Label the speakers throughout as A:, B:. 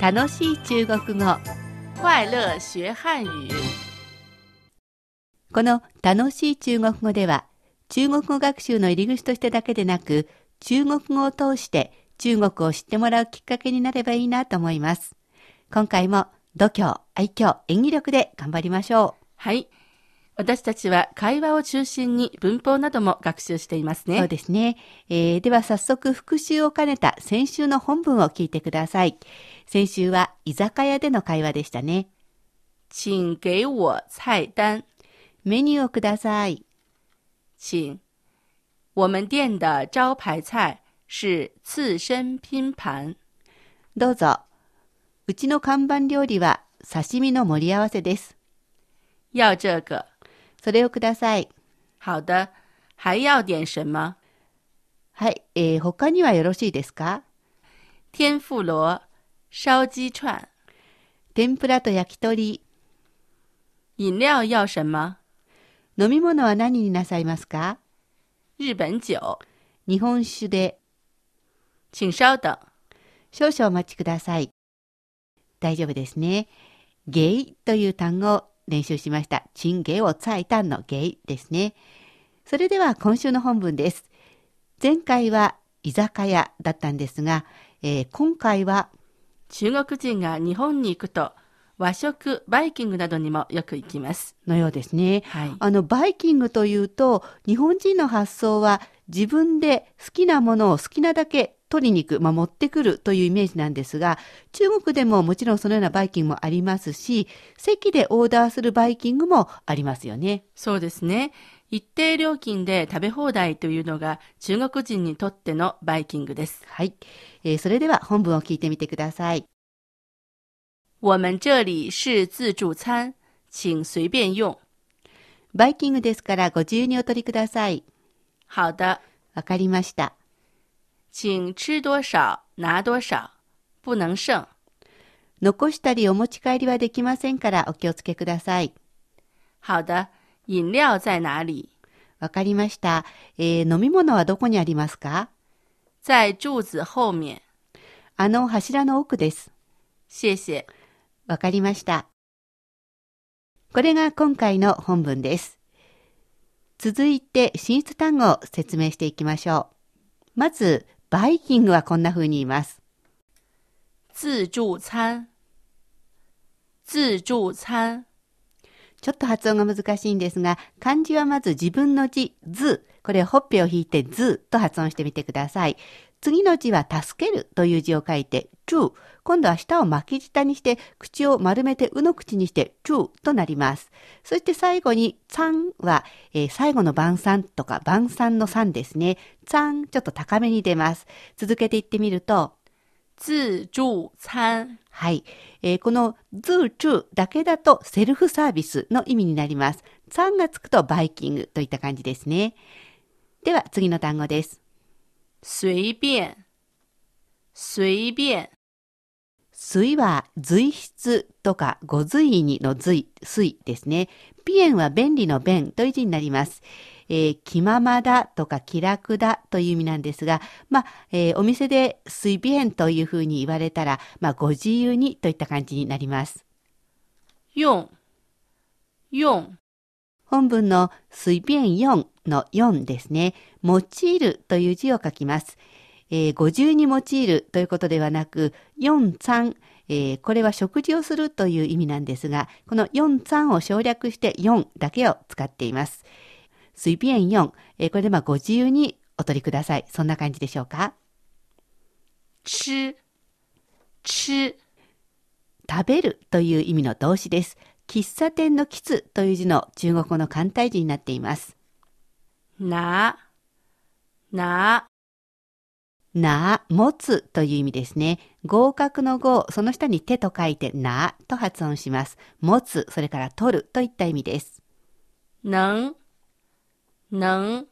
A: 楽しい中国語
B: 快乐学汉语。
A: この楽しい中国語では中国語学習の入り口としてだけでなく中国語を通して中国を知ってもらうきっかけになればいいなと思います。今回も度胸、愛嬌、演技力で頑張りましょ
B: はい。私たちは会話を中心に文法なども学習しています
A: う。
B: ね。
A: そうですね、えーでは早速復習を兼ねた先週の本文を聞いてください。先週は居酒屋での会話でしたね。
B: 请给我菜单。
A: メニューをください。
B: 请。我们店的招牌菜是刺身拼盘。
A: どうぞ。うちの看板料理は刺身の盛り合わせです。
B: 要这个。
A: それをください。
B: 好的。还要点什么？
A: はい、えー他にはよろしいですか
B: 天妇罗、烧鸡串。
A: 天ぷらと焼き鳥、
B: 饮料要什么？
A: 飲み物は何になさいますか
B: 日本酒。
A: 日本酒で、
B: 请稍等。
A: 少々お待ちください。大丈夫ですね。ゲイという単語を練習しました。チンゲをツァイタンのゲイですね。それでは今週の本文です。前回は居酒屋だったんですが、えー今回は
B: 中国人が日本に行くと和食バイキングなどにもよく行きます。
A: のようですね。
B: はい。
A: あのバイキングというと日本人の発想は自分で好きなものを好きなだけ取りに行く、まあ、持ってくるというイメージなんですが中国でももちろんそのようなバイキングもありますし席でオーダーするバイキングもありますよね。
B: そうですね。一定料金で食べ放題というのが中国人にとってのバイキングです。
A: はい、えーそれでは本文を聞いてみてください。
B: 我们这里是自助餐，请随便用。
A: バイキングですからご自由にお取りください。
B: 好的，
A: わかりました。
B: 请吃多少拿多少，不能剩。
A: 残したりお持ち帰りはできませんからお気をつけください。
B: 好的，饮料在哪里？
A: わかりました。えー飲み物はどこにありますか
B: 在柱子后面。
A: あの柱の奥です。
B: 谢谢。
A: わかりました。これが今回の本文です。続いて進出単語を説明していきましょう。まず、バイキングはこんな風に言います。
B: 自助餐，自助餐。
A: ちょっと発音が難しいんですが、漢字はまず自分の字、ず。これほっぺを引いてずと発音してみてください。次の字は助けるという字を書いて、ちゅう。今度は舌を巻き舌にして、口を丸めて、うの口にして、ちゅうとなります。そして最後に、さんは、えー最後の晩餐とか晩餐の餐ですね。さん、ちょっと高めに出ます。続けていってみると、
B: 自助餐，
A: はい。えーこのズーチューだけだとセルフサービスの意味になります。さんがつくとバイキングといった感じですね。では次の単語です。
B: 随便，随便。
A: 水は随筆とかご随意にの随、水ですね。ピエンは便利の便という字になります。えー気ままだとか気楽だという意味なんですが、まあ、えーお店で水便というふうに言われたら、まあ、ご自由にといった感じになります。
B: 用，用。
A: 本文の随便4の4ですね。用いるという字を書きます。えー、五十に用いるということではなく、四三、えーこれは食事をするという意味なんですが、この四三を省略して4だけを使っています。随便4、えーこれでまあご自由にお取りください。そんな感じでしょうか。
B: 吃，吃。
A: 食べるという意味の動詞です。喫茶店の喫という字の中国語の簡体字になっています。
B: 拿，拿。
A: な、持つという意味ですね。合格の合、その下に手と書いてなと発音します。持つ、それから取るといった意味です。
B: 能，能。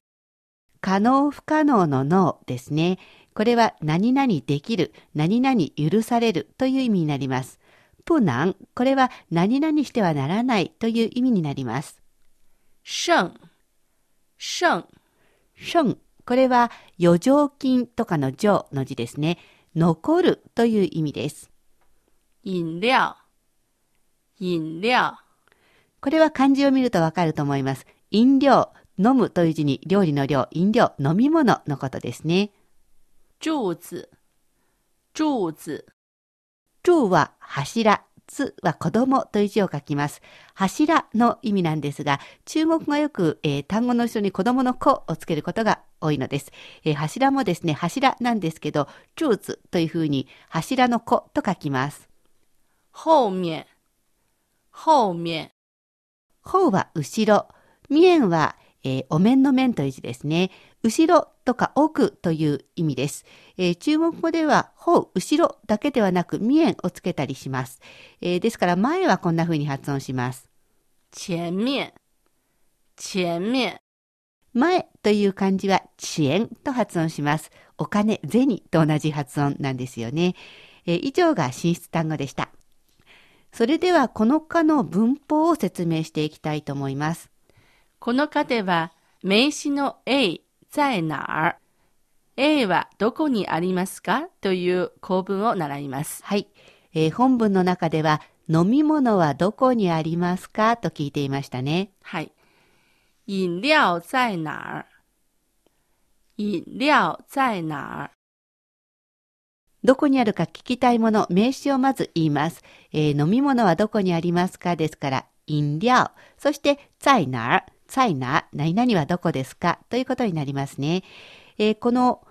A: 可能不可能の能ですね。これは何々できる、何々許されるという意味になります。不難、これは何々してはならないという意味になります。
B: 剩，剩。
A: 剩、これは余剰金とかの剰の字ですね。残るという意味です。
B: 饮料，饮料，
A: これは漢字を見るとわかると思います。飲料、飲むという字に料理の量、飲料、飲み物のことですね。
B: 柱子，柱子，
A: 柱は柱、つは子供という字を書きます。柱の意味なんですが、中国語はよく、えー単語の後ろに子供の子をつけることが多いのです。えー柱もですね、柱なんですけど、柱子というふうに柱の子と書きます。
B: 后面，后面，
A: 方は後ろ、面は、えーお面の面という字ですね。後ろとか奥という意味です。えー中国語では、方、後ろだけではなく、面をつけたりします。えーですから、前はこんな風に発音します。
B: 前面，前面，
A: 前という漢字は遅延と発音します。お金、銭と同じ発音なんですよね。えー以上が進出単語でした。それではこの課の文法を説明していきたいと思います。
B: この課では名詞の A 在哪儿？A はどこにありますかという構文を習います。
A: はい。えー本文の中では飲み物はどこにありますかと聞いていましたね。
B: はい。飲料在哪儿？飲料在哪儿？
A: どこにあるか聞きたいもの、名詞をまず言います。えー飲み物はどこにありますかですから、飲料。そして、在哪儿、在哪儿、何々はどこですかということになりますね。えーこの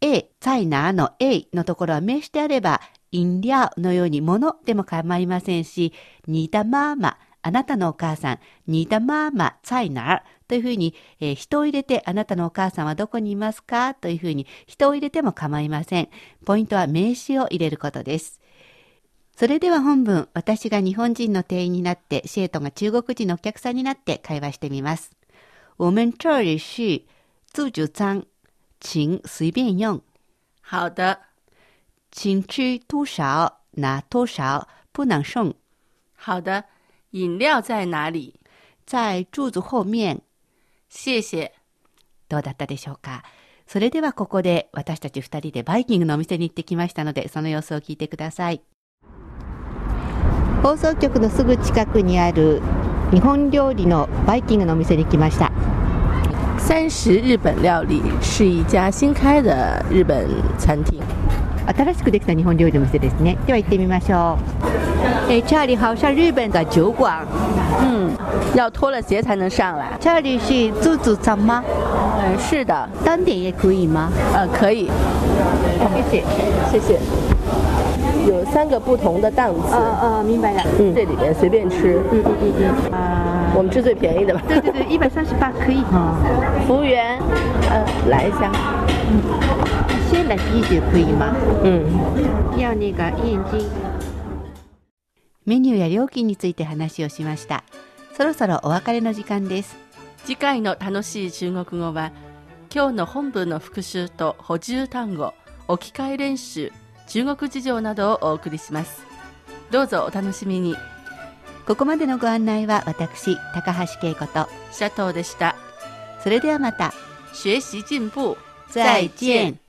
A: A、在哪ーの A のところは名詞であれば、飲料のように物でも構いませんし、にだまーま、あなたのお母さん、にだまーま、在哪ーというふうに、えー人を入れて、あなたのお母さんはどこにいますかというふうに、人を入れても構いません。ポイントは名詞を入れることです。それでは本文、私が日本人の店員になって、シエトが中国人のお客さんになって会話してみます。我们这里是自助餐，请随便用，
B: 好的，
A: 请吃多少拿多少，不能送。
B: 好的。饮料在哪里？
A: 在柱子后面。
B: 谢谢。
A: どうだったでしょうかそれではここで私たち二人でバイキングのお店に行ってきましたのでその様子を聞いてください放送局のすぐ近くにある日本料理のバイキングのお店に来ました
B: 三十日本料理是一家新开的日本餐厅。
A: 新しくできた日本料理のお店ですねでは行ってみましょうえーチャーリー好像日本的酒馆
B: 嗯，要脱了鞋才能上来。
A: チャーリー是自助餐吗
B: 嗯，是的，
A: 单点也可以吗
B: 呃，可以。
A: 谢谢
B: 谢谢。有三个不同的档次，
A: 哦哦明白了
B: 嗯，这里面随便吃，
A: 嗯嗯嗯嗯啊
B: 我们吃最便宜的吧。
A: 对对对一百三十八可以
B: 服务员，呃，来一下。
A: 鲜奶啤酒可以吗
B: 嗯，
A: 要那个燕京。メニューや料金について話をしました。そろそろお別れの時間です。
B: 次回の楽しい中国語は、今日の本文の復習と補充単語、置き換え練習、中国事情などをお送りします。どうぞお楽しみに。
A: ここまでのご案内は私高橋恵子と。
B: シャトーでした。
A: それではまた。
B: 学習進步。